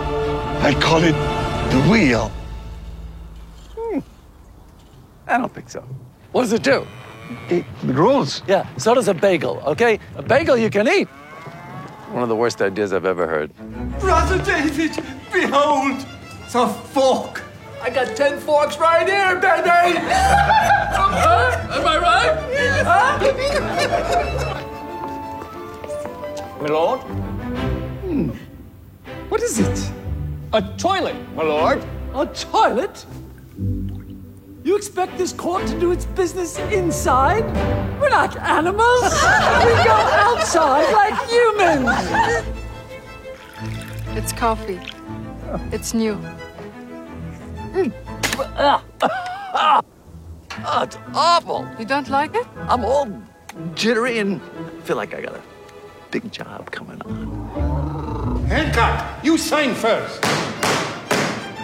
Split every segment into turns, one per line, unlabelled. I call it the wheel.
I don't think so. What does it do?
It rules.
Yeah, so does a bagel, okay? A bagel you can eat. One of the worst ideas I've ever heard.
Brother David, behold the fork. I got ten forks right here, baby. Am I right?
My lord?
What is it?
A toilet, my lord.
A toilet? You expect this court to do its business inside? We're not animals. we go outside like humans.
It's coffee. It's new.
That's Ah, awful.
You don't like it?
I'm all jittery and feel like I got a big job coming on.
Hancock, you sign first.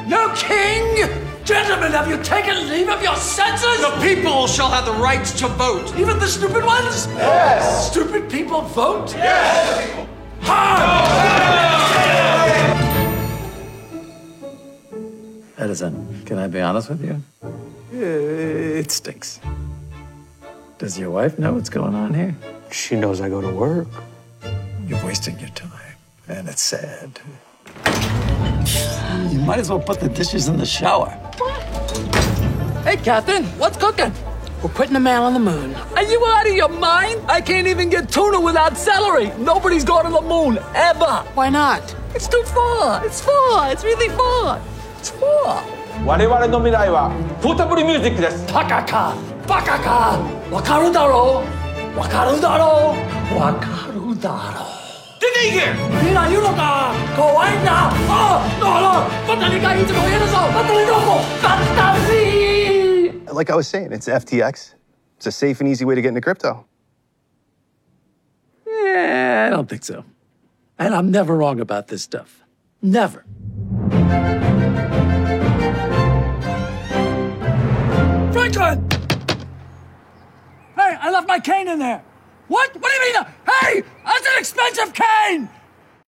No king! Gentlemen, have you taken leave of your senses?
The people shall have the right to vote.
Even the stupid ones? Yes. Stupid people vote? Yes.
Edison, can I be honest with you? Uh, It stinks. Does your wife know what's going on here?
She knows I go to work.
You're wasting your time, and it's sad. You might as well put the dishes in the shower.
Hey, Catherine, what's cooking? We're putting a man on the moon. Are you out of your mind? I can't even get tuna without celery. Nobody's going to the moon, ever.
Why not?
It's too far. It's far. It's really far. It's far.
我々の未来はポータブルミュージックです。
Pakaka. Pakaka. Wakaru daro. Wakaru daro. Wakaru daro.
Get in here.
Mira, you look uh, go away now. Oh, no, no. Fantasy. Fantasy.
Like I was saying, it's FTX. It's a safe and easy way to get into crypto.
Yeah, Eh, I don't think so. And I'm never wrong about this stuff. Never. Franklin! Hey, I left my cane in there. What? What do you mean? uh, Hey, that's an expensive cane!